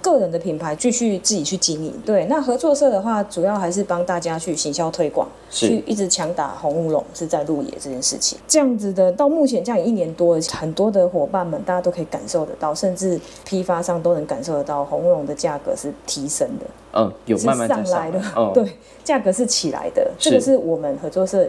个人的品牌继续自己去经营。对，那合作社的话，主要还是帮大家去行销推广，是去一直强打红乌龙是在鹿野这件事情。这样子的，到目前这样一年多，很多的伙伴们大家都可以感受得到，甚至批发商都能感受得到红乌龙的价格是提升的。嗯，有是慢慢在上上来的， 嗯，对，价格是起来的，这个是是我们合作社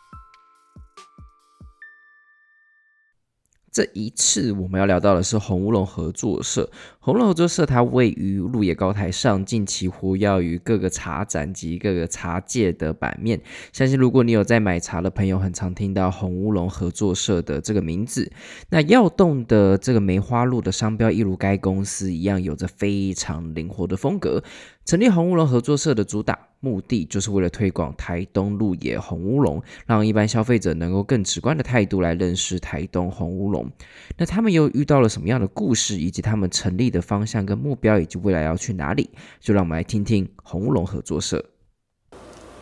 这一次我们要聊到的是红乌龙合作社，红楼合作社它位于鹿野高台上，近期活跃于各个茶展及各个茶界的版面。相信如果你有在买茶的朋友，很常听到红乌龙合作社的这个名字。那耀动的这个梅花鹿的商标，一如该公司一样，有着非常灵活的风格。成立红乌龙合作社的主打目的，就是为了推广台东鹿野红乌龙，让一般消费者能够更直观的态度来认识台东红乌龙。那他们又遇到了什么样的故事，以及他们成立的方向跟目标，以及未来要去哪里？就让我们来听听红乌龙合作社。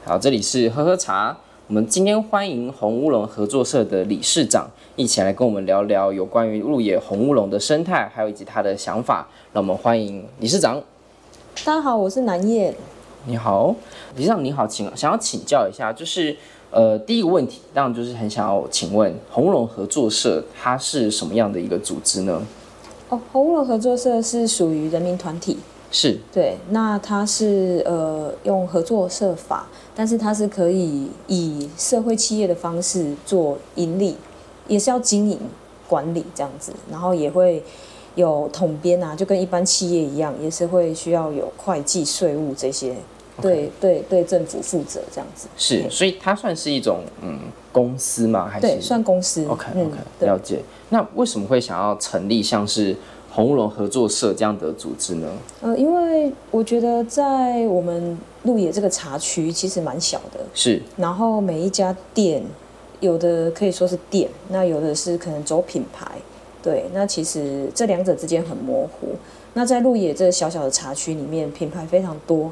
好，这里是喝喝茶。我们今天欢迎红乌龙合作社的理事长一起来跟我们聊聊有关于鹿野红乌龙的生态，还有以及他的想法。让我们欢迎理事长。大家好，我是南叶。你好，理事长你好，请想要请教一下，就是呃，第一个问题，当然就是很想要请问红乌龙合作社它是什么样的一个组织呢？哦，红乌龙合作社是属于人民团体，是对，那它是呃用合作社法，但是它是可以以社会企业的方式做盈利，也是要经营管理这样子，然后也会有统编啊，就跟一般企业一样，也是会需要有会计、税务这些。对对对，政府负责这样子，是，所以它算是一种嗯公司吗？还是对，算公司。 OK OK，、嗯对了解。那为什么会想要成立像是红乌龙合作社这样的组织呢？呃，因为我觉得在我们鹿野这个茶区其实蛮小的，是然后每一家店，有的可以说是店，那有的是可能走品牌，对，那其实这两者之间很模糊。那在鹿野这小小的茶区里面，品牌非常多，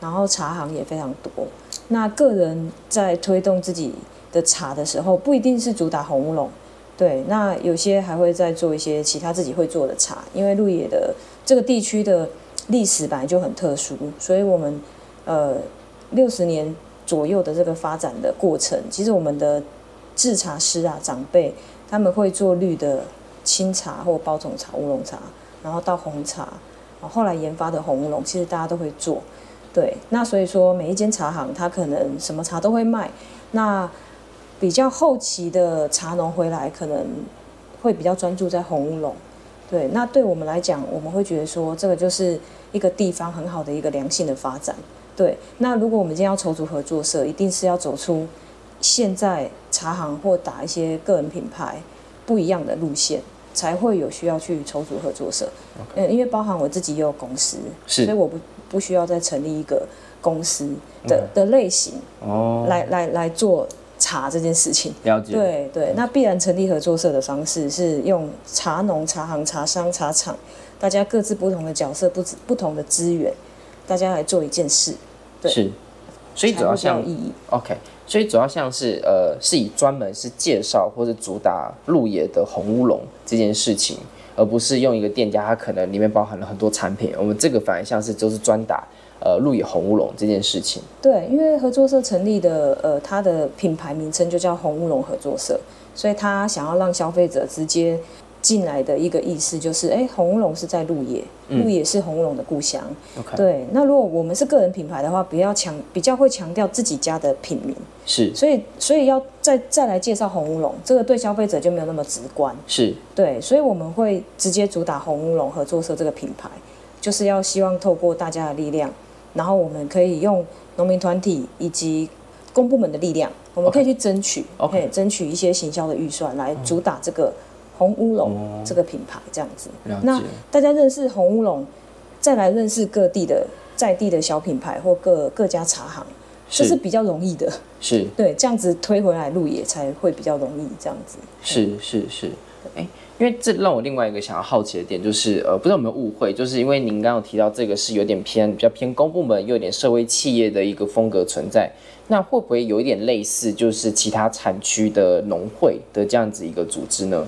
然后茶行也非常多。那个人在推动自己的茶的时候，不一定是主打红乌龙，对，那有些还会再做一些其他自己会做的茶，因为鹿野的这个地区的历史本来就很特殊，所以我们呃六十 年左右的这个发展的过程，其实我们的制茶师啊长辈他们会做绿的清茶或包种茶、乌龙茶，然后到红茶，然后后来研发的红乌龙，其实大家都会做。对，那所以说每一间茶行它可能什么茶都会卖，那比较后期的茶农回来可能会比较专注在红乌龙。对，那对我们来讲，我们会觉得说这个就是一个地方很好的一个良性的发展。对，那如果我们今天要筹组合作社，一定是要走出现在茶行或打一些个人品牌不一样的路线，才会有需要去筹组合作社。嗯，因为包含我自己也有公司，所以是我不不需要再成立一个公司的的类型嗯哦，来来来做茶这件事情。了解对对，嗯那必然成立合作社的方式是用茶农、茶行、茶商、茶厂，大家各自不同的角色、不不同的资源，大家来做一件事，对是，所以才主要会比较像有意义。 OK，所以主要像是呃是以专门是介绍或是主打鹿野的红乌龙这件事情，而不是用一个店家它可能里面包含了很多产品，我们这个反而像是就是专打呃鹿野红乌龙这件事情。对，因为合作社成立的，呃，它的品牌名称就叫红乌龙合作社，所以它想要让消费者直接进来的一个意思就是，哎，红乌龙是在鹿野，鹿野是红乌龙的故乡。 OK 对，那如果我们是个人品牌的话，比较强，比较会强调自己家的品名，是所以所以要再再来介绍红乌龙，这个对消费者就没有那么直观。是对，所以我们会直接主打红乌龙合作社这个品牌，就是要希望透过大家的力量，然后我们可以用农民团体以及公部门的力量，我们可以去争取 OK 嘿争取一些行销的预算来主打这个红乌龙这个品牌，这样子。嗯了那解大家认识红乌龙，再来认识各地的在地的小品牌或各各家茶行，这是是比较容易的。是对，这样子推回来路也才会比较容易，这样子。是是是，因为这让我另外一个想要好奇的点就是，呃，不知道有没有误会，就是因为您刚刚有提到这个是有点偏比较偏公部门，又有点社会企业的一个风格存在，那会不会有一点类似，就是其他产区的农会的这样子一个组织呢？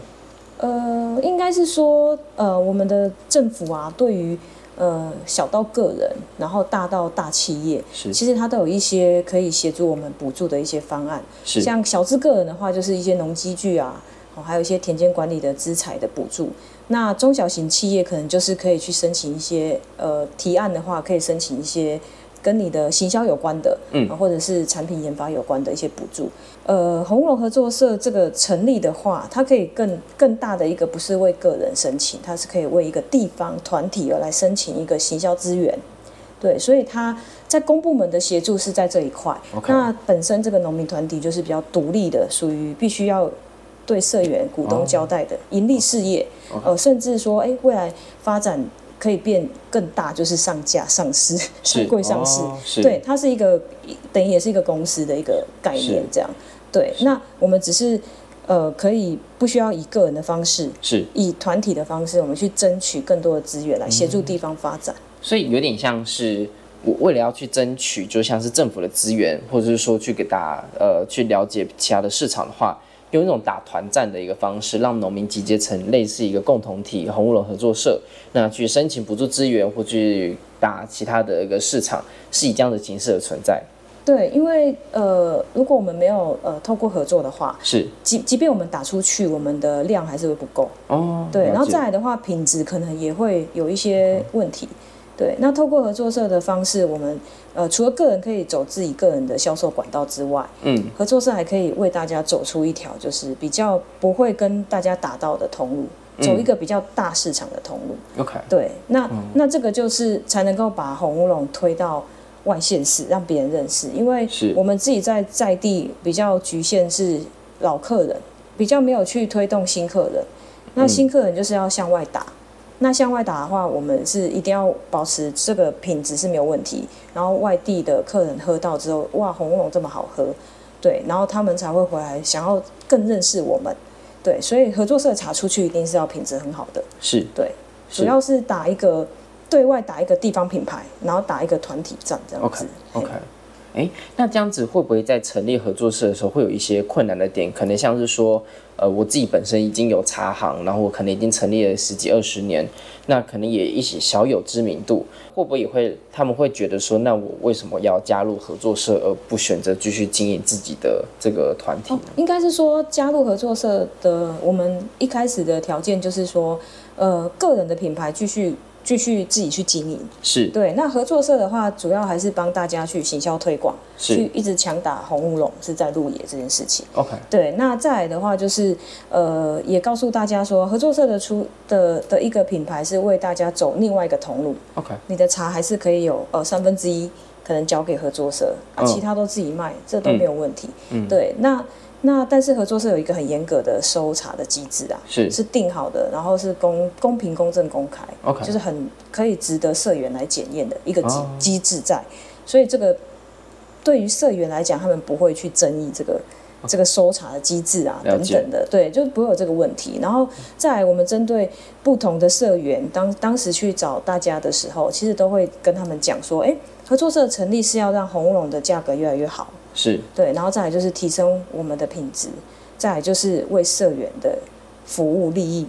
呃，应该是说，呃，我们的政府啊，对于呃小到个人，然后大到大企业，是其实它都有一些可以协助我们补助的一些方案。是像小资个人的话，就是一些农机具啊，哦，还有一些田间管理的资产的补助。那中小型企业可能就是可以去申请一些，呃，提案的话可以申请一些跟你的行销有关的，嗯啊或者是产品研发有关的一些补助。呃，红龙合作社这个成立的话，它可以更更大的一个不是为个人申请，它是可以为一个地方团体而来申请一个行销资源。对，所以它在公部门的协助是在这一块。 OK 那本身这个农民团体就是比较独立的，属于必须要对社员、股哦东交代的盈利事业。 OK 呃，甚至说，哎、未来发展可以变更大，就是上架、上市、是上柜上市。哦是对，它是一个等于也是一个公司的一个概念是，这样。对，那我们只是呃，可以不需要以个人的方式，是，以团体的方式，我们去争取更多的资源来协助地方发展。所以有点像是我为了要去争取，就像是政府的资源，或者是说去给大家呃去了解其他的市场的话，用一种打团战的一个方式，让农民集结成类似一个共同体红乌龙合作社，那去申请补助资源或去打其他的一个市场，是以这样的形式的存在。对，因为呃，如果我们没有呃透过合作的话，是即即便我们打出去，我们的量还是会不够。哦，对，了然后解再来的话，品质可能也会有一些问题。对，那透过合作社的方式，我们呃除了个人可以走自己个人的销售管道之外，嗯合作社还可以为大家走出一条就是比较不会跟大家打到的通路，嗯走一个比较大市场的通路。 ，OK，对，那、那这个就是才能够把红乌龙推到外县市，让别人认识。因为是我们自己在在地比较局限是老客人，比较没有去推动新客人。那新客人就是要向外打。那向外打的话，我们是一定要保持这个品质是没有问题。然后外地的客人喝到之后，哇，红乌龙这么好喝，对，然后他们才会回来想要更认识我们。对，所以合作社茶出去一定是要品质很好的。是对，是主要是打一个对外打一个地方品牌，然后打一个团体战这样 OK 子。 OK 嘿。哎，那这样子会不会在成立合作社的时候会有一些困难的点？可能像是说，呃，我自己本身已经有茶行，然后我可能已经成立了十几二十年，那可能也一起小有知名度，会不会也会他们会觉得说，那我为什么要加入合作社而不选择继续经营自己的这个团体呢？应该是说加入合作社的，我们一开始的条件就是说，呃，个人的品牌继续继续自己去经营。是对，那合作社的话，主要还是帮大家去行销推广，是去一直强打红乌龙是在鹿野这件事情。 ，OK 对，那再来的话就是，呃，也告诉大家说，合作社的出的的一个品牌是为大家走另外一个通路， OK 你的茶还是可以有呃三分之一可能交给合作社，啊，嗯其他都自己卖，这都没有问题。对，那那但是合作社有一个很严格的收茶的机制啊，是是定好的，然后是公公平、公正、公开 OK 就是很可以值得社员来检验的一个机、哦机制在，所以这个对于社员来讲，他们不会去争议这个。这个收查的机制啊，哦了等解等的，对，就不会有这个问题。然后再来，我们针对不同的社员，当当时去找大家的时候，其实都会跟他们讲说，哎，合作社成立是要让红乌龙的价格越来越好，是对，然后再来就是提升我们的品质，再来就是为社员的服务利益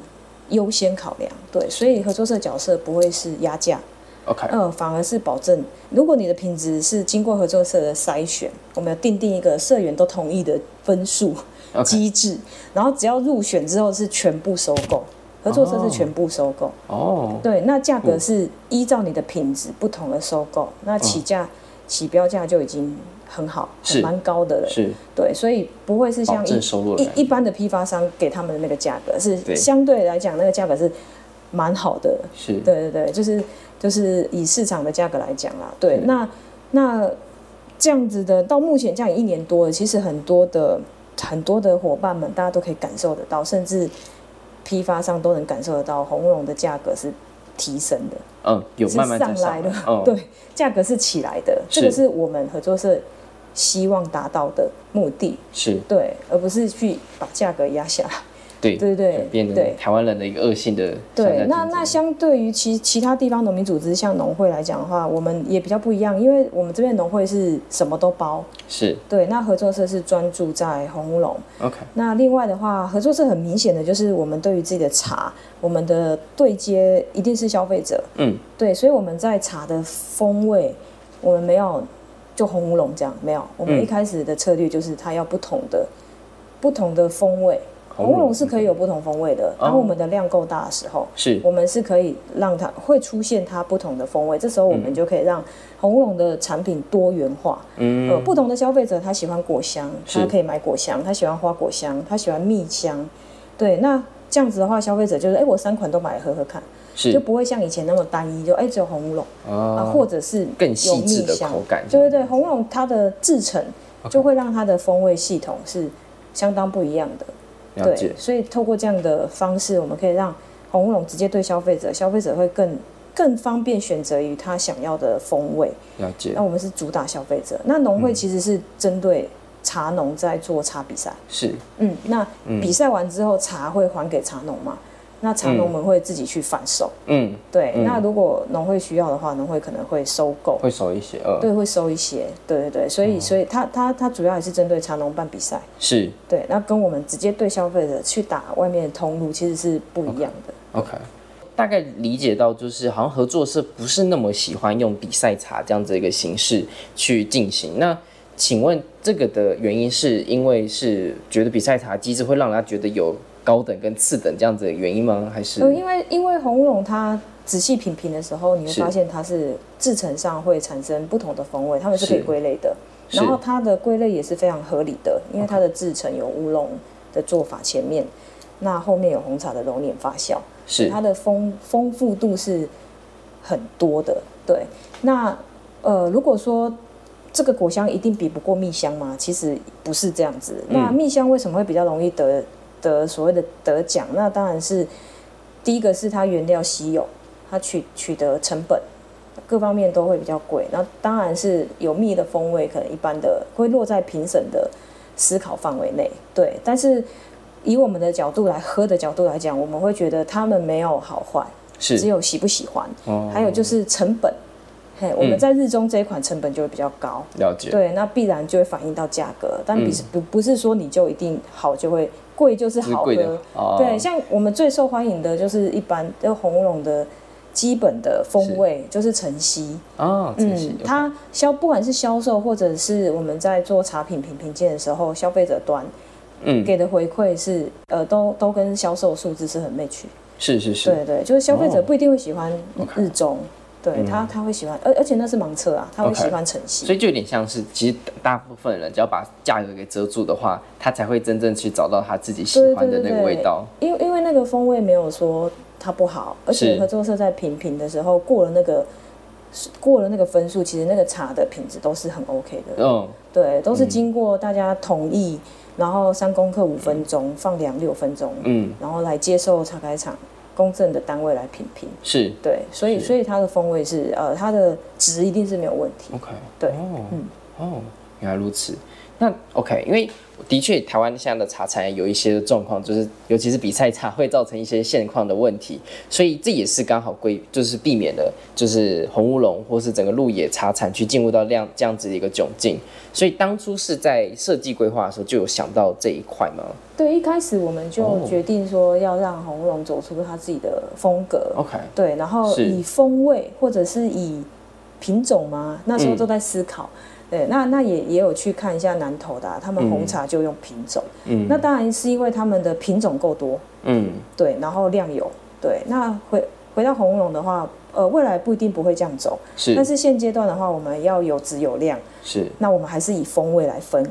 优先考量，对，所以合作社角色不会是压价， OK 呃，反而是保证，如果你的品质是经过合作社的筛选，我们要定定一个社员都同意的分数 OK 机制，然后只要入选之后是全部收购，合作社哦是全部收购，哦对，那价格嗯是依照你的品质不同而收购，那起价、起标价就已经很好，是很蛮高的了，是对，所以不会是保像一证收入的感一一觉般的批发商给他们的那个价格对嗯是相对来讲那个价格是蛮好的，是对对对，就是就是以市场的价格来讲啦，对，那那这样子的，到目前这样一年多了，其实很多的很多的伙伴们，大家都可以感受得到，甚至批发商都能感受得到红乌龙的价格是提升的，嗯有慢慢在是上来的，嗯对，价格是起来的，是这个是我们合作社希望达到的目的，是对，而不是去把价格压下来。 对对对变对成台湾人的一个恶性的商家对，那竞争那相对于其其他地方农民组织，像农会来讲的话，我们也比较不一样，因为我们这边农会是什么都包，是对，那合作社是专注在红乌龙。 OK 那另外的话，合作社很明显的就是我们对于自己的茶，我们的对接一定是消费者，嗯对，所以我们在茶的风味，我们没有就红乌龙这样没有，我们嗯一开始的策略就是它要不同的、不同的风味，红红乌龙哦是，OK 可以有不同风味的。当我们的量够大的时候，是我们是可以让它会出现它不同的风味，这时候我们就可以让红乌龙的产品多元化。嗯呃，不同的消费者他喜欢果香，是他可以买果香；他喜欢花果香，他喜欢蜜香。对，那这样子的话，消费者就是，哎、我三款都买来喝喝看，就是不会像以前那么单一，就哎、只有红乌龙啊，啊或者是更细致的有蜜香口感对对对，红乌龙它的制成就会让它的风味系统是相当不一样的。了对解，所以透过这样的方式，我们可以让红乌龙直接对消费者，消费者会更更方便选择于他想要的风味。了解那我们是主打消费者，那农嗯会其实是针对茶农在做茶比赛。是嗯，那比赛完之后，茶会还给茶农嘛？那茶农们会自己去贩售。嗯对，那如果农会需要的话，农会可能会收购。会哦熟一些呃对，会收一些，对对对，所以、所以它它它主要也是针对茶农办比赛，是对，那跟我们直接对消费者去打外面的通路其实是不一样的。 OK。大概理解到，就是好像合作社不是那么喜欢用比赛茶这样子一个形式去进行。那请问这个的原因是因为是觉得比赛茶机制会让人家觉得有高等跟次等这样子的原因吗？还是呃，因为因为红乌龙它仔细品评的时候，你会是发现它是制成上会产生不同的风味，它们是是可以归类的。是然后它的归类也是非常合理的，因为它的制成有乌龙的做法前面，那后面有红茶的揉捻发酵，是它的丰丰富度是很多的。对，那呃，如果说这个果香一定比不过蜜香吗？其实不是这样子。那蜜香为什么会比较容易得得所谓的得奖？那当然是第一个是它原料稀有，它取取得成本。各方面都会比较贵，那当然是有蜜的风味，可能一般的会落在评审的思考范围内，对。但是以我们的角度来喝的角度来讲，我们会觉得他们没有好坏，只是有喜不喜欢，哦嗯还有就是成本。嘿，我们在日中这一款成本就会比较高，了解对，那必然就会反映到价格，但嗯比不、不是说你就一定好就会贵就是就是好喝，贵的哦对，像我们最受欢迎的就是一般就红乌龙的基本的风味就是晨曦，啊，这些嗯，它销不管是销售或者是我们在做茶品品评鉴的时候，消费者端嗯给的回馈是呃都都跟销售数字是很 match，是是是对对，就是消费者哦嗯不一定会喜欢日中。对他，他会喜欢，而而且那是盲测啊，他会 OK 喜欢晨曦。所以就有点像是，其实大部分人只要把价格给遮住的话，他才会真正去找到他自己喜欢的那个味道。因为因为那个风味没有说它不好，而且是合作社在品评的时候过了那个过了那个分数，其实那个茶的品质都是很 OK 的，嗯，对，都是经过大家同意，然后三公克五分钟，放凉六分钟，嗯，然后来接受茶改厂公正的单位来品评，是对，所以所以它的风味是呃它的值一定是没有问题， OK。对哦，哦，原来如此。那 OK，因为的确台湾现在的茶产业有一些状况，就是尤其是比赛茶会造成一些现况的问题，所以这也是刚好规就是避免了就是红乌龙或是整个鹿野茶产去进入到量这样子的一个窘境。所以当初是在设计规划的时候就有想到这一块吗对，一开始我们就哦决定说要让红乌龙走出它自己的风格， ？OK，对，然后哦是以风味或者是以品种嘛，那时候嗯都在思考。对，那那也也有去看一下南投的啊、他们红茶就用品种。嗯那当然是因为他们的品种够多，嗯，对，然后量有。对，那回回到红龙的话，呃，未来不一定不会这样走，但是是现阶段的话，我们要有质有量，是那我们还是以风味来分，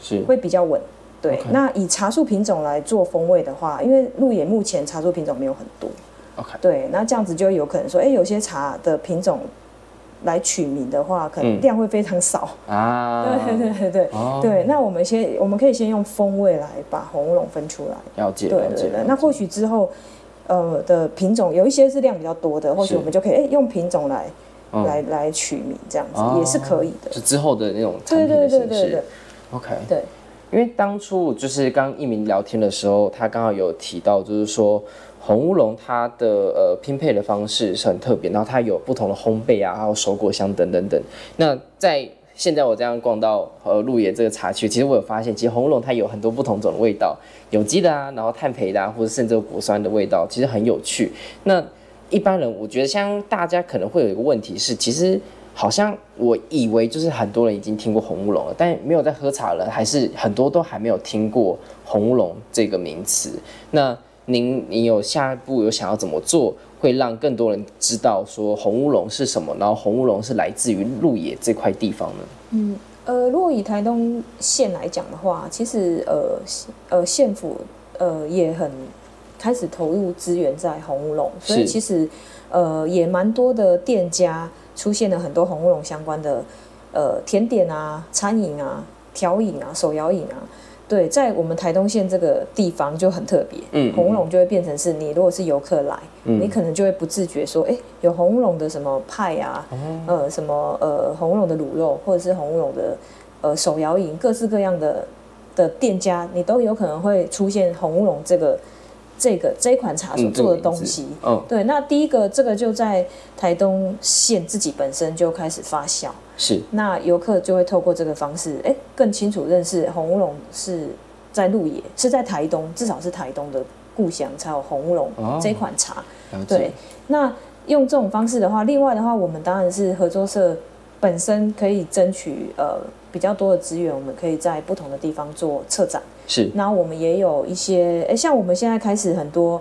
是会比较稳。对 OK 那以茶树品种来做风味的话，因为鹿野目前茶树品种没有很多， OK，对，那这样子就有可能说，哎、有些茶的品种来取名的话，可能嗯量会非常少。啊， 对对对对、哦对。那我们先，我们可以先用风味来把红乌龙分出来。了解对了对解对。。那或许之后，呃的品种有一些是量比较多的，或许是我们就可以哎、诶用品种来、嗯来来取名，这样子、哦也是可以的。就之后的那种产对品对的形对式对对 o k 对。因为当初就是刚一鸣聊天的时候，他刚好有提到，就是说红乌龙它的呃拼配的方式是很特别，然后它有不同的烘焙啊，还有手果香等等等。那在现在我这样逛到呃鹿野这个茶区，其实我有发现，其实红乌龙它有很多不同种的味道，有机的啊，然后碳培的啊，或者甚至有果酸的味道，其实很有趣。那一般人，我觉得像大家可能会有一个问题是，其实好像我以为就是很多人已经听过红乌龙了，但没有在喝茶了，还是很多都还没有听过红乌龙这个名词。那您，您有下一步有想要怎么做，会让更多人知道说红乌龙是什么，然后红乌龙是来自于鹿野这块地方呢？呃，如果以台东县来讲的话，其实呃县呃县府呃也很开始投入资源在红乌龙，所以是其实呃也蛮多的店家出现了很多红乌龙相关的呃甜点啊、餐饮啊、调饮啊、手摇饮啊。对，在我们台东县这个地方就很特别，嗯嗯嗯红乌龙就会变成是你如果是游客来，你可能就会不自觉说，哎、有红乌龙的什么派啊，哦呃，什么呃红乌龙的卤肉，或者是红乌龙的呃手摇饮，各式各样的的店家，你都有可能会出现红乌龙这个这个这一款茶所嗯，这做个的东名字西。嗯，对，那第一个这个就在台东县自己本身就开始发酵，是那游客就会透过这个方式，哎，更清楚认识红乌龙是在鹿野，是在台东，至少是台东的故乡才有红乌龙哦这款茶。了解对，，那用这种方式的话，另外的话，我们当然是合作社本身可以争取呃比较多的资源，我们可以在不同的地方做策展。是然后我们也有一些，诶，像我们现在开始很多，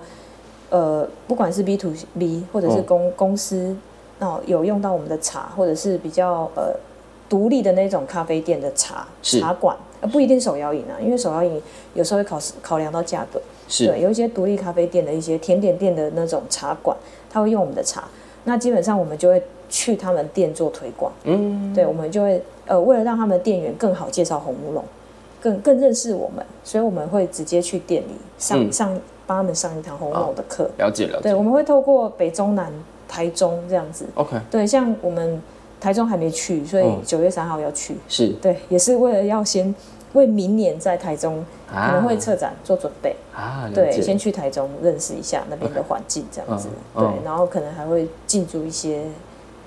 呃，不管是 B to B 或者是嗯公、公司，哦，有用到我们的茶，或者是比较呃独立的那种咖啡店的茶是茶馆，呃，不一定手摇饮啊，因为手摇饮有时候会考试考量到价格，对，是有一些独立咖啡店的一些甜点店的那种茶馆，他会用我们的茶，那基本上我们就会去他们店做推广。嗯，对，我们就会呃，为了让他们店员更好介绍红乌龙，更更认识我们，所以我们会直接去店里上、嗯哦上帮他们上一堂红乌龙的课。了解了对，解我们会透过北中南、台中这样子。 ，OK，对，像我们台中还没去，所以嗯九月三号要去。是对，也是为了要先为明年在台中可能啊会策展做准备。啊，了对，解先去台中认识一下那边的环境，这样子。嗯对嗯，然后可能还会进驻一些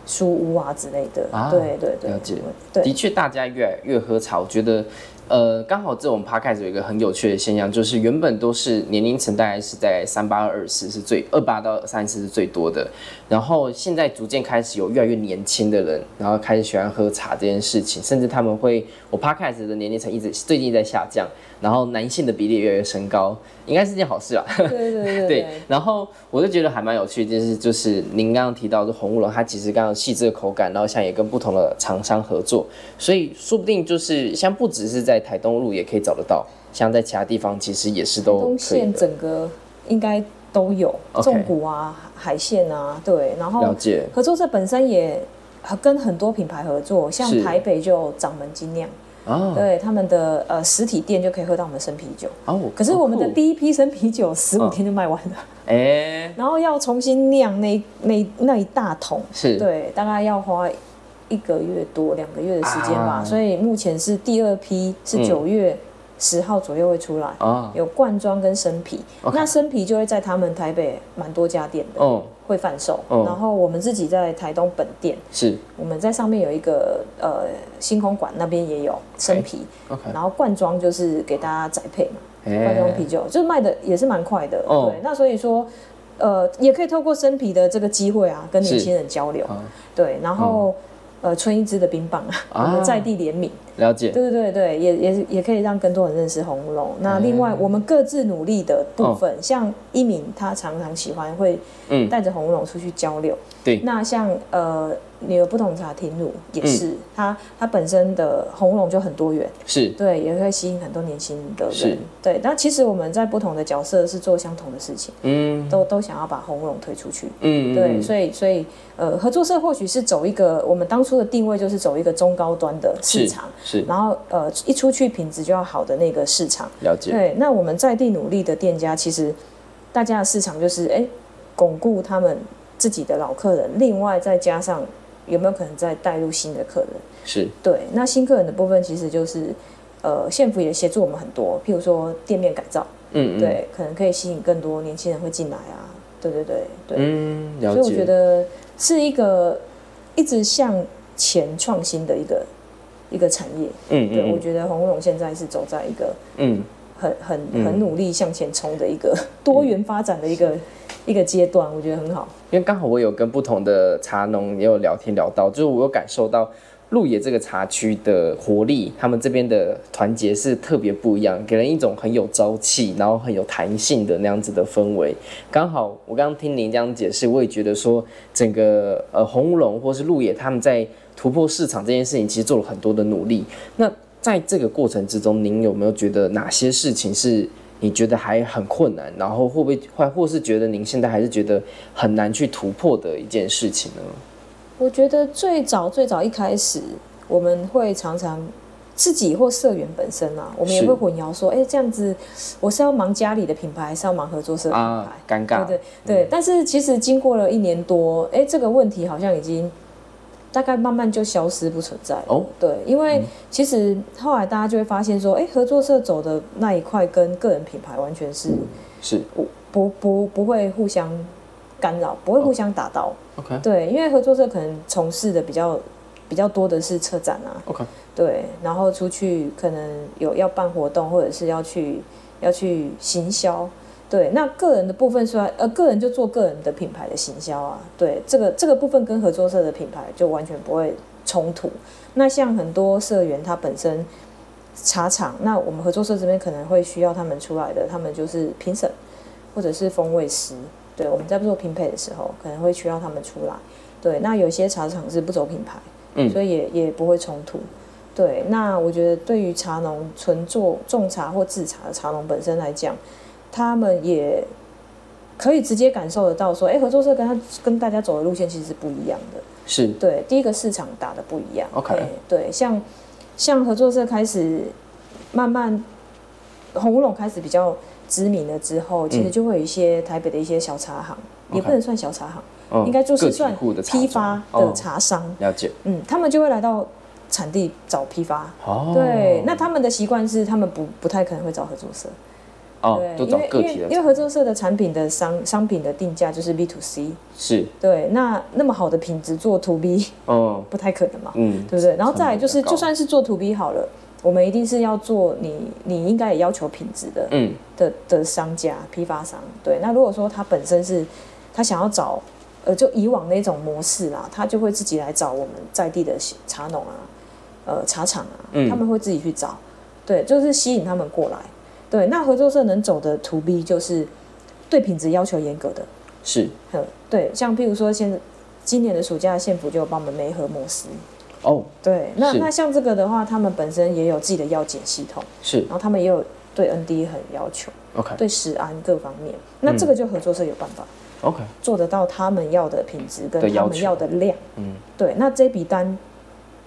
书屋啊之类的。啊对对对，了解的对，确，大家越来越喝茶，我觉得，呃，刚好这种 podcast 有一个很有趣的现象，就是原本都是年龄层大概是在三八二四是最二八到三四是最多的，然后现在逐渐开始有越来越年轻的人，然后开始喜欢喝茶这件事情，甚至他们会，我 podcast 的年龄层一直最近在下降，然后男性的比例也越来越升高，应该是件好事啊。对对对对，然后我就觉得还蛮有趣的，就是就是您刚刚提到的红乌龙，它其实刚刚有细致的口感，然后像也跟不同的厂商合作，所以说不定就是像不只是在台东路也可以找得到，像在其他地方其实也是都东可以线的。整个应该都有 OK 纵谷啊、海线啊，对，然了后解合作社本身也。跟很多品牌合作，像是台北就有掌门精酿，啊，对他们的呃实体店就可以喝到我们生啤酒。哦，可是我们的好酷第一批生啤酒十五嗯天就卖完了，哎然后要重新酿那那那一大桶，是对，大概要花一个月多两个月的时间吧。啊所以目前是第二批是嗯九月十号左右会出来，啊，有罐装跟生啤。 OK 那生啤就会在他们台北蛮多家店的、嗯会贩售，哦然后我们自己在台东本店，是我们在上面有一个呃星空馆那边也有生啤哎 OK，然后罐装就是给大家宅配嘛。罐装啤哎酒，就是卖的也是蛮快的。哦对，那所以说，呃，也可以透过生啤的这个机会啊，跟年是轻人交流。啊嗯对，然后、呃，春一枝的冰棒啊，我们啊在地联名，了解对对对对，也也也可以让更多人认识红乌嗯龙。那另外，我们各自努力的部分，像一鸣他常常喜欢会哦嗯带着红乌龙出去交流。对嗯那像呃，你有不同茶亭乳也是，它它本身的红乌龙就很多元。是对，也会吸引很多年轻的人是。对，但其实我们在不同的角色是做相同的事情，嗯都都想要把红龙推出去。嗯对，嗯所以所以呃，合作社或许是走一个我们当初的定位，就是走一个中高端的市是场，是然后呃，一出去品质就要好的那个市场。了解对，那我们在地努力的店家，其实大家的市场就是哎，巩固他们自己的老客人，另外再加上有没有可能再带入新的客人。是对，那新客人的部分其实就是，呃，县府也协助我们很多，譬如说店面改造，嗯，嗯，对，可能可以吸引更多年轻人会进来啊。对对对对，嗯，了所解。以我觉得是一个一直向前创新的一个一个产业。嗯，对，我嗯觉得红龙现在是走在一个嗯很很嗯很努力向前冲的一个多元发展的一个一个阶段，我觉得很好。因为刚好我有跟不同的茶农也有聊天聊到，就是我有感受到鹿野这个茶区的活力，他们这边的团结是特别不一样，给人一种很有朝气，然后很有弹性的那样子的氛围。刚好我刚刚听您这样解释，我也觉得说整个呃红乌龙或是鹿野他们在突破市场这件事情，其实做了很多的努力。那在这个过程之中，您有没有觉得哪些事情是你觉得还很困难，然后会不会或或是觉得您现在还是觉得很难去突破的一件事情呢？我觉得最早最早一开始，我们会常常自己或社员本身啊，我们也是会混淆说，哎，这样子我是要忙家里的品牌，还是要忙合作社的品牌啊？，嗯尴尬，对对对、但是其实经过了一年多，哎、这个问题好像已经大概慢慢就消失不存在了哦对，因为其实后来大家就会发现说，哎、合作社走的那一块跟个人品牌完全是是不不不会互相干扰，不会哦互相打到。 OK 对，因为合作社可能从事的比较比较多的是车展啊， OK，对，然后出去可能有要办活动，或者是要去要去行销。对，那个人的部分虽然呃，个人就做个人的品牌的行销啊，对，这个这个部分跟合作社的品牌就完全不会冲突。那像很多社员他本身茶厂，那我们合作社这边可能会需要他们出来的，他们就是评审或者是风味师。对，我们在做拼配的时候，可能会需要他们出来。对，那有些茶厂是不走品牌，嗯所以也也不会冲突。对，那我觉得对于茶农纯做种茶或制茶的茶农本身来讲，他们也可以直接感受得到说，哎，合作社跟他跟大家走的路线其实是不一样的。是对，第一个市场打的不一样。 OK 哎对，像像合作社开始慢慢红乌龙开始比较知名了之后，其实就会有一些台北的一些小茶行，也嗯 OK 不能算小茶行，嗯应该就是个体算户的茶批庄发的哦茶商，了解嗯，他们就会来到产地找批发。哦，对，那他们的习惯是，他们不不太可能会找合作社，哦对，都因找为个因体为的因为茶合作社的产品的商商品的定价就是 B to C，是对，那那么好的品质做 to B 嗯不太可能嘛，嗯对不对？然后再来就是，成本比较高就算是做 to B 好了，我们一定是要做你你应该也要求品质的嗯的的商家批发商。对，那如果说他本身是他想要找呃就以往那种模式啦，他就会自己来找我们在地的茶农啊，呃茶厂啊，嗯他们会自己去找，对，就是吸引他们过来。对，那合作社能走的 to B 就是对品质要求严格的，是嗯，对，像譬如说现在今年的暑假，县府就有帮我们媒合模式。哦对，那是那像这个的话，他们本身也有自己的药检系统，是然后他们也有对 ND 很要求， OK 对食安各方面。那这个就合作社有办法、 OK 做得到他们要的品质跟的要他求们要的量。嗯，对，那这笔单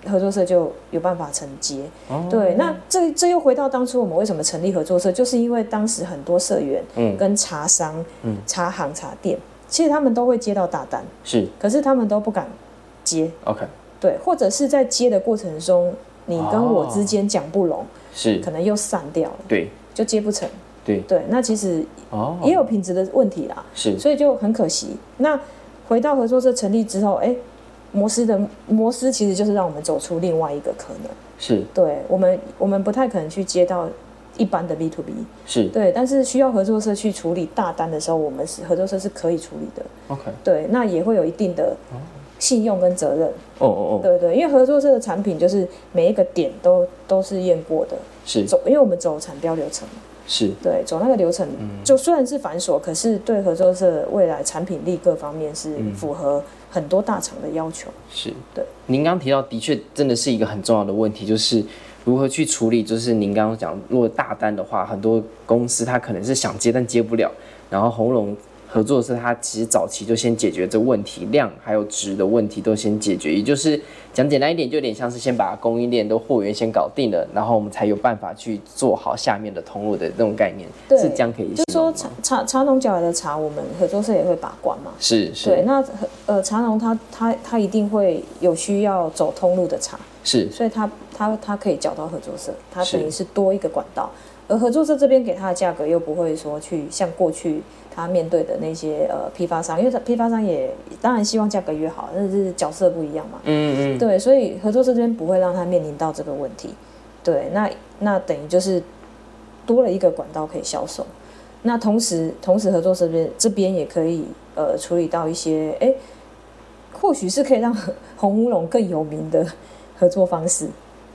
合作社就有办法承接。哦对，那这这又回到当初我们为什么成立合作社，就是因为当时很多社员嗯跟茶商、茶行、茶店，其实他们都会接到大单，是可是他们都不敢接。 OK 对，或者是在接的过程中，你跟我哦之间讲不拢，是可能又散掉了，对就接不成。对对，那其实哦也有品质的问题啦，是所以就很可惜。那回到合作社成立之后，哎，摩斯的摩斯其实就是让我们走出另外一个可能。是对我们，我们不太可能去接到一般的 B to B，是对，但是需要合作社去处理大单的时候，我们是合作社是可以处理的。 OK 对，那也会有一定的信用跟责任。哦哦哦对对，因为合作社的产品就是每一个点都都是验过的，是走，因为我们走产标流程，是对，走那个流程，就虽然是繁琐，可是对合作社未来产品力各方面是符合很多大厂的要求。是，对。您刚提到的确真的是一个很重要的问题，就是如何去处理。就是您刚刚讲，如果大单的话，很多公司它可能是想接但接不了，然后红龙合作社它其实早期就先解决这问题，量还有值的问题都先解决，也就是讲简单一点，就有点像是先把供应链的货源先搞定了，然后我们才有办法去做好下面的通路的那种概念，对是这样可以就形是啊容说吗。茶茶茶农脚来的茶，我们合作社也会把关嘛。是是对，那呃茶农他他他一定会有需要走通路的茶，是所以他它它可以缴到合作社，它是等于是多一个管道。而合作社这边给它的价格又不会说去像过去它面对的那些呃批发商，因为它批发商也当然希望价格越好，但是角色不一样嘛。嗯嗯，对，所以合作社这边不会让他面临到这个问题。对，那那等于就是多了一个管道可以销售。那同时，同时合作社这边这边也可以呃处理到一些，哎，或许是可以让 合红乌龙更有名的合作方式，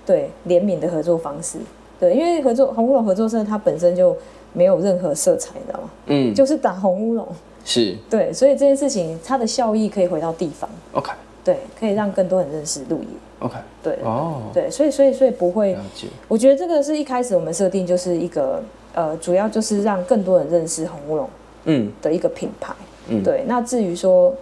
对，联名的合作方式，对，因为合作红乌龙合作社它本身就没有任何色彩，你知道吗？嗯，就是打红乌龙，是对，所以这件事情它的效益可以回到地方， OK 对，可以让更多人认识鹿野， OK，对，哦，对，所以所以所以不会了，解，我觉得这个是一开始我们设定就是一个呃，主要就是让更多人认识红乌龙嗯的一个品牌。嗯，，对，那至于说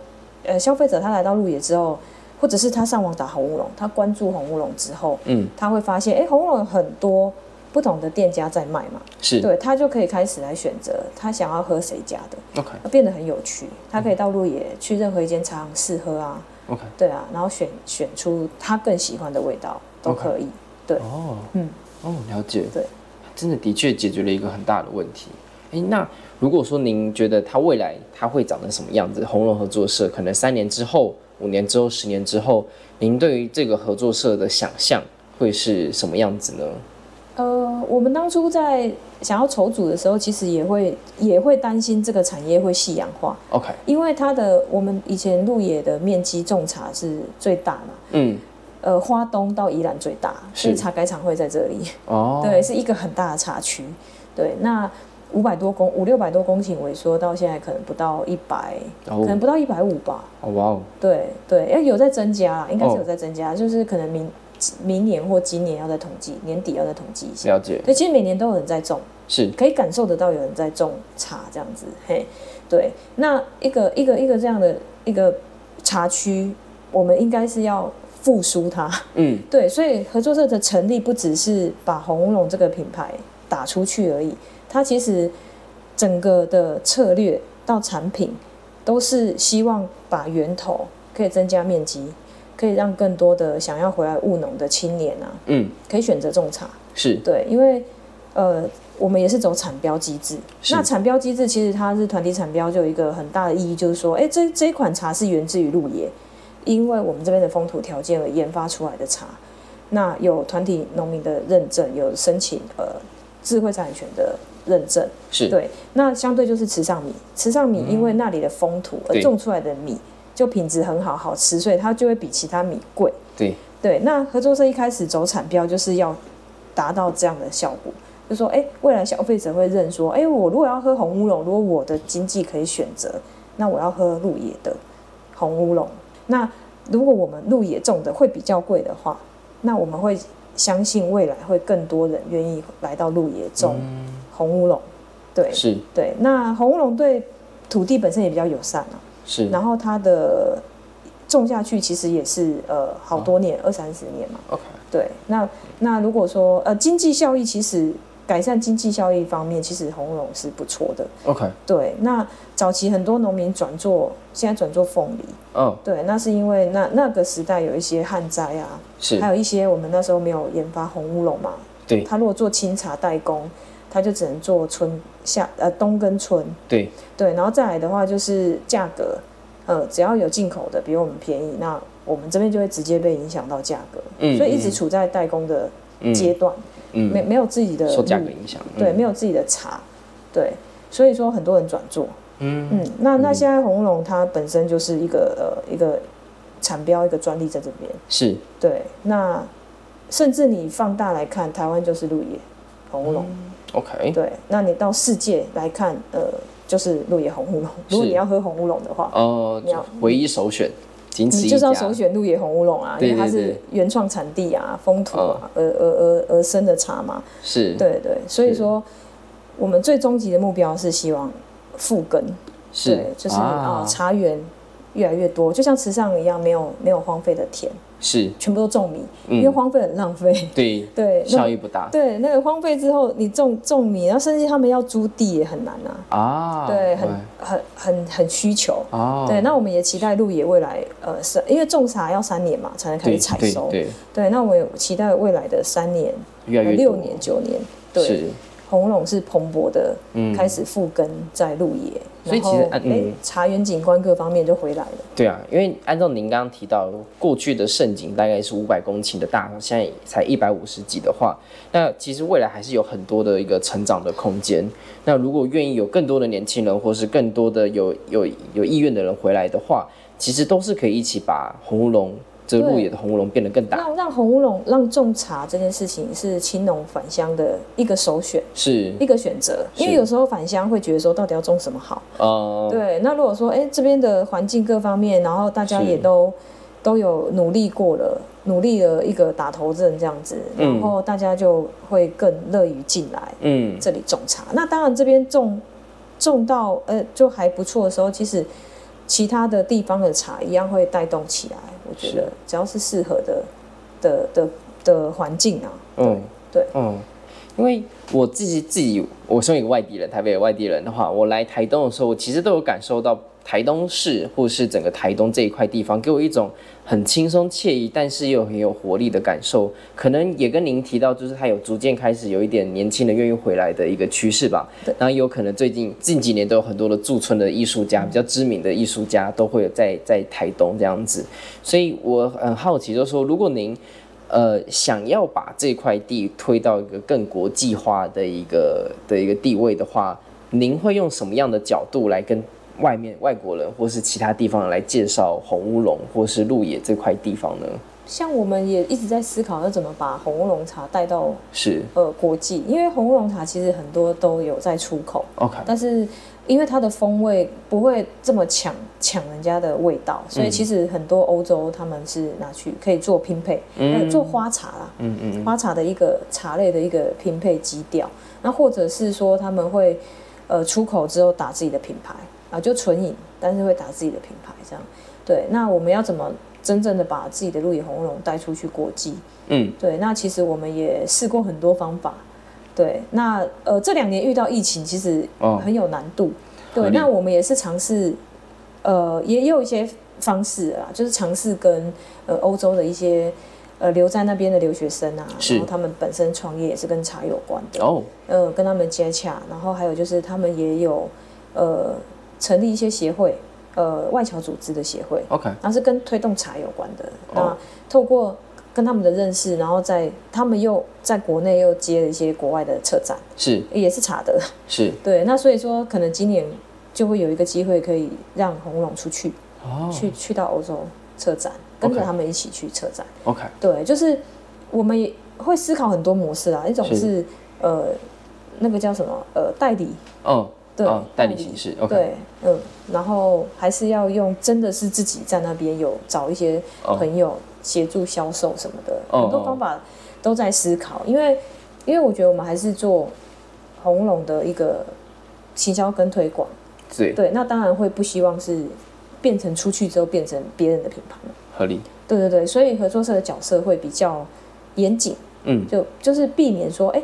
呃，消费者他来到鹿野之后，或者是他上网打红乌龙，他关注红乌龙之后，嗯他会发现，哎，红乌龙有很多不同的店家在卖嘛，是对他就可以开始来选择他想要喝谁家的， OK 变得很有趣。他可以到鹿野去任何一间茶行试喝啊， OK，对啊，然后选选出他更喜欢的味道都可以。哦，嗯，哦，了解，对，真的的确解决了一个很大的问题。诶，那如果说您觉得它未来它会长成什么样子，红龙合作社可能三年之后、五年之后、十年之后，您对于这个合作社的想象会是什么样子呢？呃，我们当初在想要筹组的时候，其实也会也会担心这个产业会夕阳化， OK，因为它的我们以前鹿野的面积种茶是最大嘛，嗯，呃，花东到宜兰最大，所以是茶改厂会在这里，哦，对，，是一个很大的茶区，对，那。五百多公五六百多公顷萎缩到现在可能不到一百、可能哦，不到一百五吧。哦哇哦，对对，要有在增加啦，应该是哦有在增加，就是可能明明年或今年要再统计，年底要再统计一下。了解，对，其实每年都有人在种，是，可以感受得到有人在种茶这样子，嘿，对。那一个一个一个这样的一个茶区，我们应该是要复苏它，嗯，对。所以合作社的成立不只是把红乌龙这个品牌打出去而已，它其实整个的策略到产品都是希望把源头可以增加面积，可以让更多的想要回来务农的青年啊，嗯，可以选择种茶。是，对，因为呃，我们也是走产标机制。是那产标机制其实它是团体产标，就有一个很大的意义，就是说，哎，这这一款茶是源自于鹿野，因为我们这边的风土条件而研发出来的茶。那有团体农民的认证，有申请呃智慧产权的认证。是，对，那相对就是池上米，池上米因为那里的风土而嗯对种出来的米就品质很好，好吃，所以它就会比其他米贵。对，对，那合作社一开始走产标就是要达到这样的效果，就说，哎、未来消费者会认说，哎、我如果要喝红乌龙，如果我的经济可以选择，那我要喝鹿野的红乌龙。那如果我们鹿野种的会比较贵的话，那我们会相信未来会更多人愿意来到鹿野种嗯红乌龙。对是对，那红乌龙对土地本身也比较友善啊。是，然后它的种下去其实也是呃好多年，二三十年嘛。 OK，对，嗯那那如果说呃经济效益，其实改善经济效益方面，其实红龙是不错的。 OK，对，那早期很多农民转做，现在转做凤梨，嗯，对，那是因为那那个时代有一些旱灾啊，是还有一些我们那时候没有研发红乌龙嘛，对他如果做清茶代工，他就只能做春夏呃冬跟春，对，对，然后再来的话就是价格，呃，只要有进口的比我们便宜，那我们这边就会直接被影响到价格，嗯所以一直嗯处在代工的嗯阶段，没嗯，没有自己的受价路格影响，对，嗯没有自己的茶，对，所以说很多人转做，嗯嗯，那那现在红乌龙它本身就是一个呃一个产标一个专利在这边，是对，那甚至你放大来看，台湾就是鹿野红乌龙， OK，对，那你到世界来看，呃，就是鹿野红乌龙，如果是你要喝红乌龙的话，哦你要，唯一首选，仅此你一就是要家，首选鹿野红乌龙啊，因对为它对是对原创产地啊、风土啊，而而而而生的茶嘛。是，对对，所以是说我们最终极的目标是希望复耕，啊哦是啊对，就是啊，茶园越来越多，就像池上一样，没有没有荒废的田，是全部都种米，因为嗯荒废很浪费。 对，对，那效益不大对那个荒废之后，你种种米，然后甚至他们要租地也很难啊。啊，对，很很很很需求。哦，对，那我们也期待鹿野未来，呃，是因为种茶要三年嘛，才能开对始采收。对，对对，那我们也期待未来的三年、呃越来越六多年、九年，对，是，红龙是蓬勃的，嗯开始复耕在鹿野，所以然其实后按哎嗯茶园景观各方面就回来了。对啊，因为按照您刚刚提到，过去的盛景大概是五百公顷的大，现在才一百五十几的话，那其实未来还是有很多的一个成长的空间。那如果愿意有更多的年轻人，或是更多的有有有意愿的人回来的话，其实都是可以一起把红乌龙这个对鹿野的红乌龙变得更大。让让红乌龙让种茶这件事情是青农返乡的一个首选，是，一个选择，因为嗯是有时候返乡会觉得说到底要种什么好。呃，对，那如果说哎、诶这边的环境各方面，然后大家是也都都有努力过了，努力了一个打头阵这样子，嗯然后大家就会更乐于进来嗯，这里种茶。那当然这边种种到呃就还不错的时候，其实其他的地方的茶一样会带动起来。我觉是得只要是适合的的的的环境啊，嗯，对，嗯，因为我自己自己，我身为一个外地人，台北的外地人的话，我来台东的时候，我其实都有感受到台东市或是整个台东这一块地方，给我一种很轻松惬意，但是又很有活力的感受。可能也跟您提到，就是它有逐渐开始有一点年轻人愿意回来的一个趋势吧。对然后有可能最近近几年都有很多的驻村的艺术家，比较知名的艺术家都会有在在台东这样子。所以我很好奇，就是说，如果您呃想要把这块地推到一个更国际化的一个的一个地位的话，您会用什么样的角度来跟外面外国人或是其他地方人来介绍红乌龙或是鹿野这块地方呢？像我们也一直在思考要怎么把红乌龙茶带到是呃国际，因为红乌龙茶其实很多都有在出口， OK，但是因为它的风味不会这么抢抢人家的味道，所以嗯其实很多欧洲他们是拿去可以做拼配，呃做花茶啦，嗯嗯花茶的一个茶类的一个拼配基调，那或者是说他们会呃出口之后打自己的品牌啊，就纯饮，但是会打自己的品牌这样。对，那我们要怎么真正的把自己的鹿野红乌龙带出去国际？嗯，对，那其实我们也试过很多方法。对，那呃这两年遇到疫情，其实哦很有难度。合对，理那我们也是尝试，呃，也有一些方式啊，就是尝试跟呃欧洲的一些呃留在那边的留学生啊，是然后他们本身创业也是跟茶有关的，哦，呃，跟他们接洽，然后还有就是他们也有呃成立一些协会，呃外侨组织的协会， OK，然后是跟推动茶有关的。哦那透过跟他们的认识，然后在他们又在国内又接了一些国外的策展，是也是茶的。是 对，那所以说可能今年就会有一个机会可以让红龙出去，哦去去到欧洲策展，跟着 OK 他们一起去策展。 ，OK，对，就是我们也会思考很多模式啊，一种是是呃那个叫什么呃代理。嗯，对嗯，代理形式，OK，对，嗯，然后还是要用，真的是自己在那边有找一些哦朋友协助销售什么的，哦很多方法都在思考。因为，因为我觉得我们还是做红龙的一个行销跟推广，对，对，那当然会不希望是变成出去之后变成别人的品牌嘛，合理，对对对，所以合作社的角色会比较严谨，嗯，就就是避免说，哎，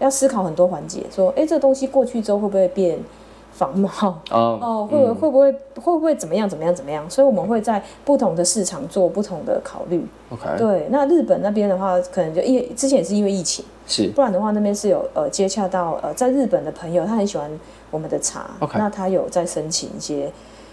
要思考很多环节，说，哎，这东西过去之后会不会变仿冒？哦哦，，会不会会不会会不会怎么样怎么样怎么样？所以我们会在不同的市场做不同的考虑。 ，OK，对，那日本那边的话，可能就因为之前也是因为疫情，是不然的话那边是有呃接洽到呃在日本的朋友，他很喜欢我们的茶 OK 哦那他有在申请一些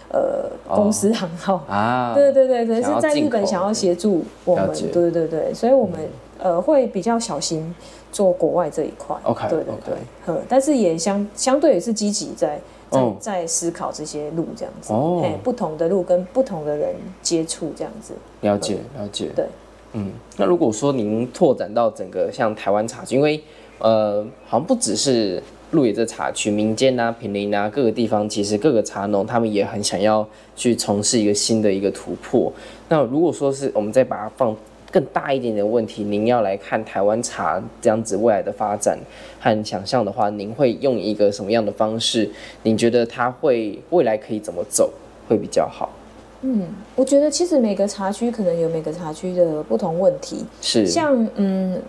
呃公司行号。啊，对对对，可想要是在进日本口想要协助我了们解，嗯对对对，所以我们、呃会比较小心做国外这一块。 OK，对对 OK 对，嗯，但是也相相对也是积极在在、哦在思考这些路这样子，哦嘿不同的路跟不同的人接触这样子。了解了解，对，嗯，那如果说您拓展到整个像台湾茶区，因为呃，好像不只是鹿野这茶区，民间啊、平林啊各个地方，其实各个茶农他们也很想要去从事一个新的一个突破。那如果说是我们再把它放更大一点点的问题，您要来看台湾茶这样子未来的发展和想象的话，您会用一个什么样的方式？您觉得它会未来可以怎么走会比较好？嗯，我觉得其实每个茶区可能有每个茶区的不同问题，是像嗯，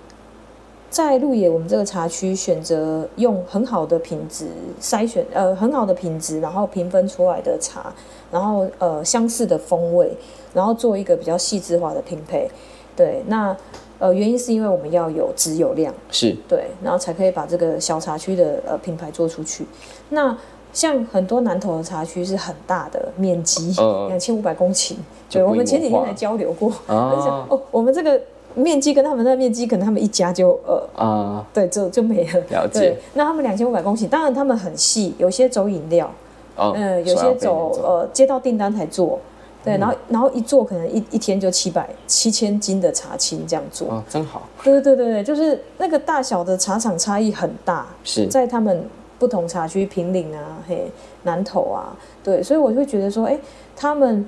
在鹿野我们这个茶区选择用很好的品质筛选，呃，很好的品质，然后评分出来的茶，然后呃相似的风味，然后做一个比较细致化的拼配。对，那呃原因是因为我们要有质有量，是对，然后才可以把这个小茶区的呃品牌做出去。那像很多南投的茶区是很大的面积，嗯两千五百公顷。就对，规我们模前几天化还交流过， 我就想啊哦，我们这个面积跟他们那面积，可能他们一家就呃，啊，对，就就没了。了对解，那他们两千五百公顷，当然他们很细，有些走饮料，哦，嗯、有手摇些杯走那种呃接到订单才做，对，嗯然后然后一做可能一一天就七百七千斤的茶青这样做，哦，真好，对对对对，就是那个大小的茶厂差异很大，是在他们不同茶区，平岭啊、嘿南投啊，对，所以我就会觉得说，哎、他们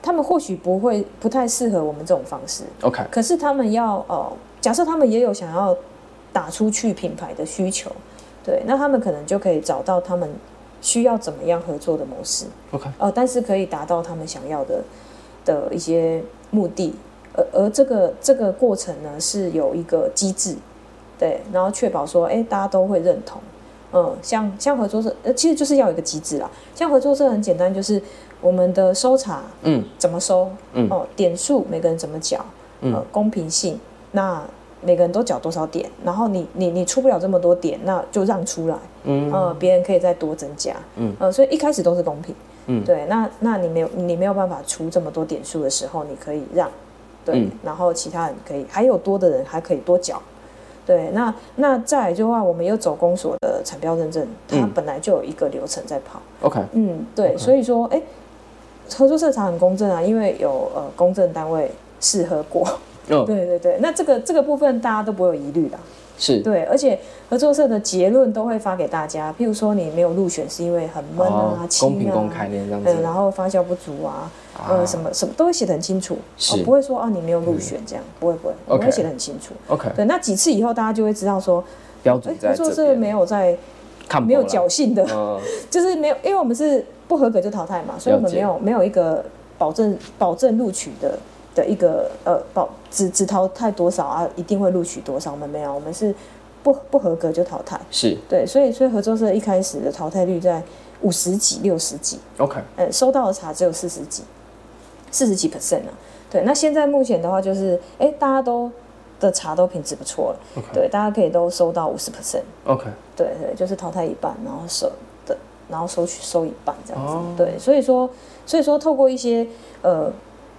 他们或许不会不太适合我们这种方式， OK，可是他们要呃，假设他们也有想要打出去品牌的需求，对，那他们可能就可以找到他们需要怎么样合作的模式， OK，呃，但是可以达到他们想要的的一些目的，而而这个这个过程呢是有一个机制，对，然后确保说，哎，大家都会认同，嗯，像像合作社，呃，其实就是要有一个机制啦。像合作社很简单，就是我们的收查嗯，怎么收，嗯哦、点数每个人怎么缴，嗯呃，公平性，那每个人都缴多少点，然后你你你出不了这么多点，那就让出来，嗯呃，别人可以再多增加，嗯，呃，所以一开始都是公平，嗯对，那那你没有你没有办法出这么多点数的时候，你可以让，对，嗯然后其他人可以还有多的人还可以多缴。对，那那再来的话，我们又走公所的产标认证，它嗯本来就有一个流程在跑。 ，OK，嗯，对，所以说，哎、合作社场很公正啊，因为有呃公证单位试喝过，嗯，对对对，那这个这个部分大家都不会有疑虑啦，是对，而且合作社的结论都会发给大家，譬如说你没有入选是因为很闷啊哦、轻啊，公平公开的这样嗯，子然，后发酵不足啊，呃，啊什么什么都会写得很清楚，是嗯哦、不会说啊你没有入选这样，不会不会，我 OK 会写得很清楚。 OK，对，那几次以后大家就会知道说，标哎准，合在作这社边没有在看没有不啦侥幸的，嗯就是没有，因为我们是不合格就淘汰嘛，所以我们了解没有没有一个保证保证录取的的一个呃保只只淘汰多少啊，一定会录取多少，我们没有，我们是不不合格就淘汰。是对，所以所以合作社一开始的淘汰率在五十几、六十几， OK，呃，收到的茶只有四十几，四十几 percent 啊。对，那现在目前的话就是，哎、大家都的茶都品质不错了 OK 对，大家可以都收到五十 percent。 OK，对对，就是淘汰一半，然后收的，然后收取收一半这样子。哦对，所以说所以说透过一些呃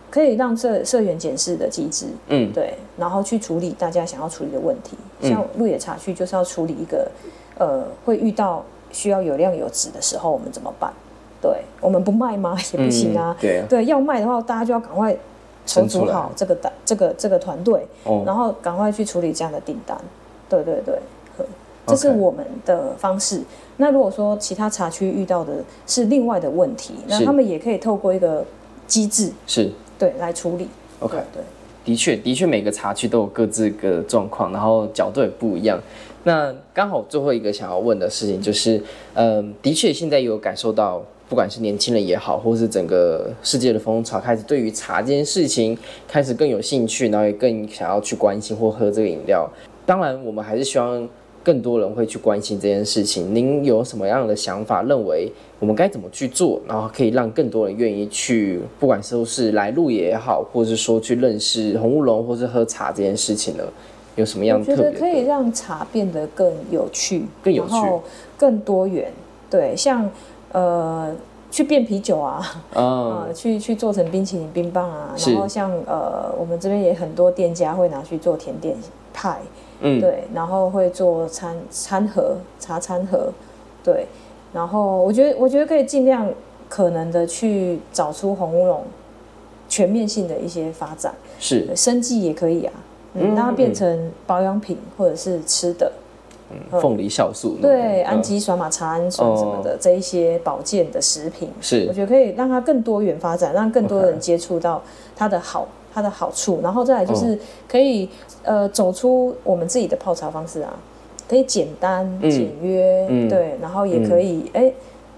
可以让社社员检视的机制，嗯，对，然后去处理大家想要处理的问题。嗯像鹿野茶区就是要处理一个呃会遇到需要有量有质的时候，我们怎么办？对我们不卖吗？也不行啊。嗯对啊对，要卖的话，大家就要赶快筹生出组来好这个单这个这个团队，然哦，后赶快去处理这样的订单。对对对，呵这是 OK 我们的方式。那如果说其他茶区遇到的是另外的问题，那是他们也可以透过一个机制是对来处理。 OK 对对。的确，的确，每个茶区都有各自的状况，然后角度也不一样。那刚好最后一个想要问的事情就是，嗯，的确现在有感受到，不管是年轻人也好，或是整个世界的风潮，开始对于茶这件事情开始更有兴趣，然后也更想要去关心或喝这个饮料。当然，我们还是希望更多人会去关心这件事情。您有什么样的想法？认为我们该怎么去做，然后可以让更多人愿意去，不管是不是来路也好，或是说去认识红乌龙，或是喝茶这件事情呢？有什么样我觉特得别可以的？让茶变得更有趣，更有趣然后更多元。对，像呃，去变啤酒 啊，嗯，呃，去去做成冰淇淋、冰棒啊，是然后像呃，我们这边也很多店家会拿去做甜点派，嗯对，然后会做餐餐盒、茶餐盒，对，然后我觉得我觉得可以尽量可能的去找出红乌龙全面性的一些发展。是生计也可以啊，嗯，嗯让它变成保养品或者是吃的，嗯凤梨酵素那种感觉，对，氨嗯哦基酸嘛、茶氨酸什么的、这一些保健的食品，我是觉得可以让它更多元发展，让更多 OK 人接触到它的好。它的好处，然后再来哦就是可以、呃走出我们自己的泡茶方式啊，可以简单、嗯简约，嗯对，然后也可以哎、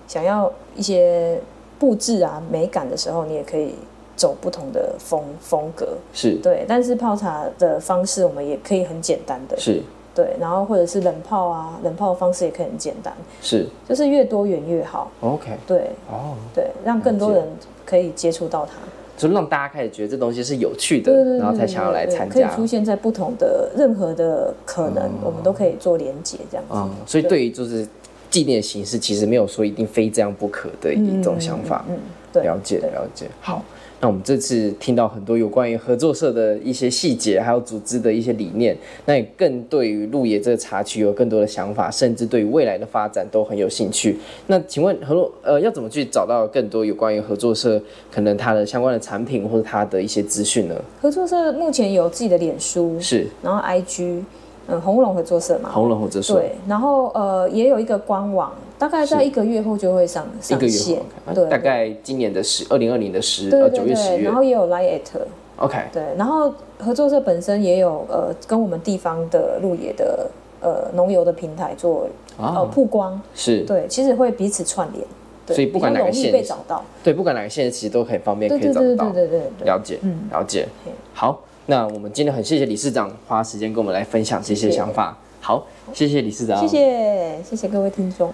想要一些布置啊、美感的时候，你也可以走不同的风风格。是对，但是泡茶的方式我们也可以很简单的，是对，然后或者是冷泡啊，冷泡的方式也可以很简单，是就是越多元越好。 ，OK，对哦，对，让更多了解人可以接触到它。就让大家开始觉得这东西是有趣对对的，对然后才对想要来对参可以加。哦出现在不同的任何的可能，我们都可以做连接这样子。嗯，所以对于就是纪念形式，其实没有说一定非这样不可的一种想法。嗯，对，了解了解。好，那我们这次听到很多有关于合作社的一些细节，还有组织的一些理念，那也更对于鹿野这个茶区有更多的想法，甚至对于未来的发展都很有兴趣。那请问合作呃要怎么去找到更多有关于合作社可能它的相关的产品或者它的一些资讯呢？合作社目前有自己的脸书，是然后 IG，嗯，红龙合作社嘛，红龙合作社。对，然后呃也有一个官网，大概在一个月后就会上一上个月线后，，OK，啊对，大概今年的十二零二零的十对呃对九月十对，月然后也有 Line at， ，OK，对，然后合作社本身也有呃跟我们地方的鹿野的呃农游的平台做呃啊，曝光，是对，其实会彼此串联，对，所以不管比较哪个容易县被市找到，对，不管哪个县市其实都很方便对可以对找对得对到，对对对，了解，嗯了解嘿，好，那我们今天很谢谢理事长花时间跟我们来分享这些谢谢想法，好，谢谢理事长，谢谢谢谢各位听众。